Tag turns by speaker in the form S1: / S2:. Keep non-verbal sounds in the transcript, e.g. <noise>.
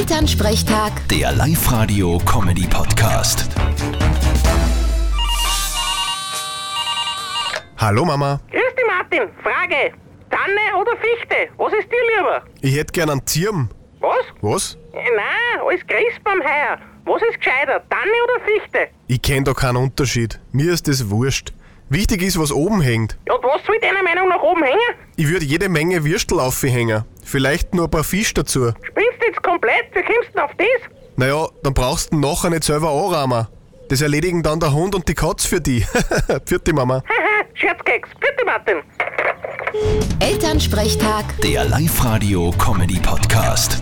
S1: Elternsprechtag,
S2: Der Live-Radio-Comedy-Podcast.
S3: Hallo Mama,
S4: Grüß dich, Martin. Frage: Tanne oder Fichte? Was ist dir lieber?
S3: ich hätte gern einen Zirm.
S4: Was?
S3: Was?
S4: Äh, Nein, alles crisp am Heuer. Was ist gescheiter, Tanne oder Fichte?
S3: Ich kenn da keinen Unterschied. Mir ist das wurscht. Wichtig ist, was oben hängt.
S4: Ja, und was soll deiner Meinung nach oben hängen?
S3: Ich würde jede Menge Würstel aufhängen. Vielleicht nur ein paar Fisch dazu.
S4: Spinnst du jetzt komplett? Wie kommst du denn auf das? <laughs>
S3: Naja, dann brauchst du ihn nachher nicht selber anrahmen. Das erledigen dann der Hund und die <laughs> Katz für dich. Vierte Mama.
S4: Haha, Scherzkeks. Bitte, Martin.
S1: Elternsprechtag.
S2: Der Live-Radio-Comedy-Podcast.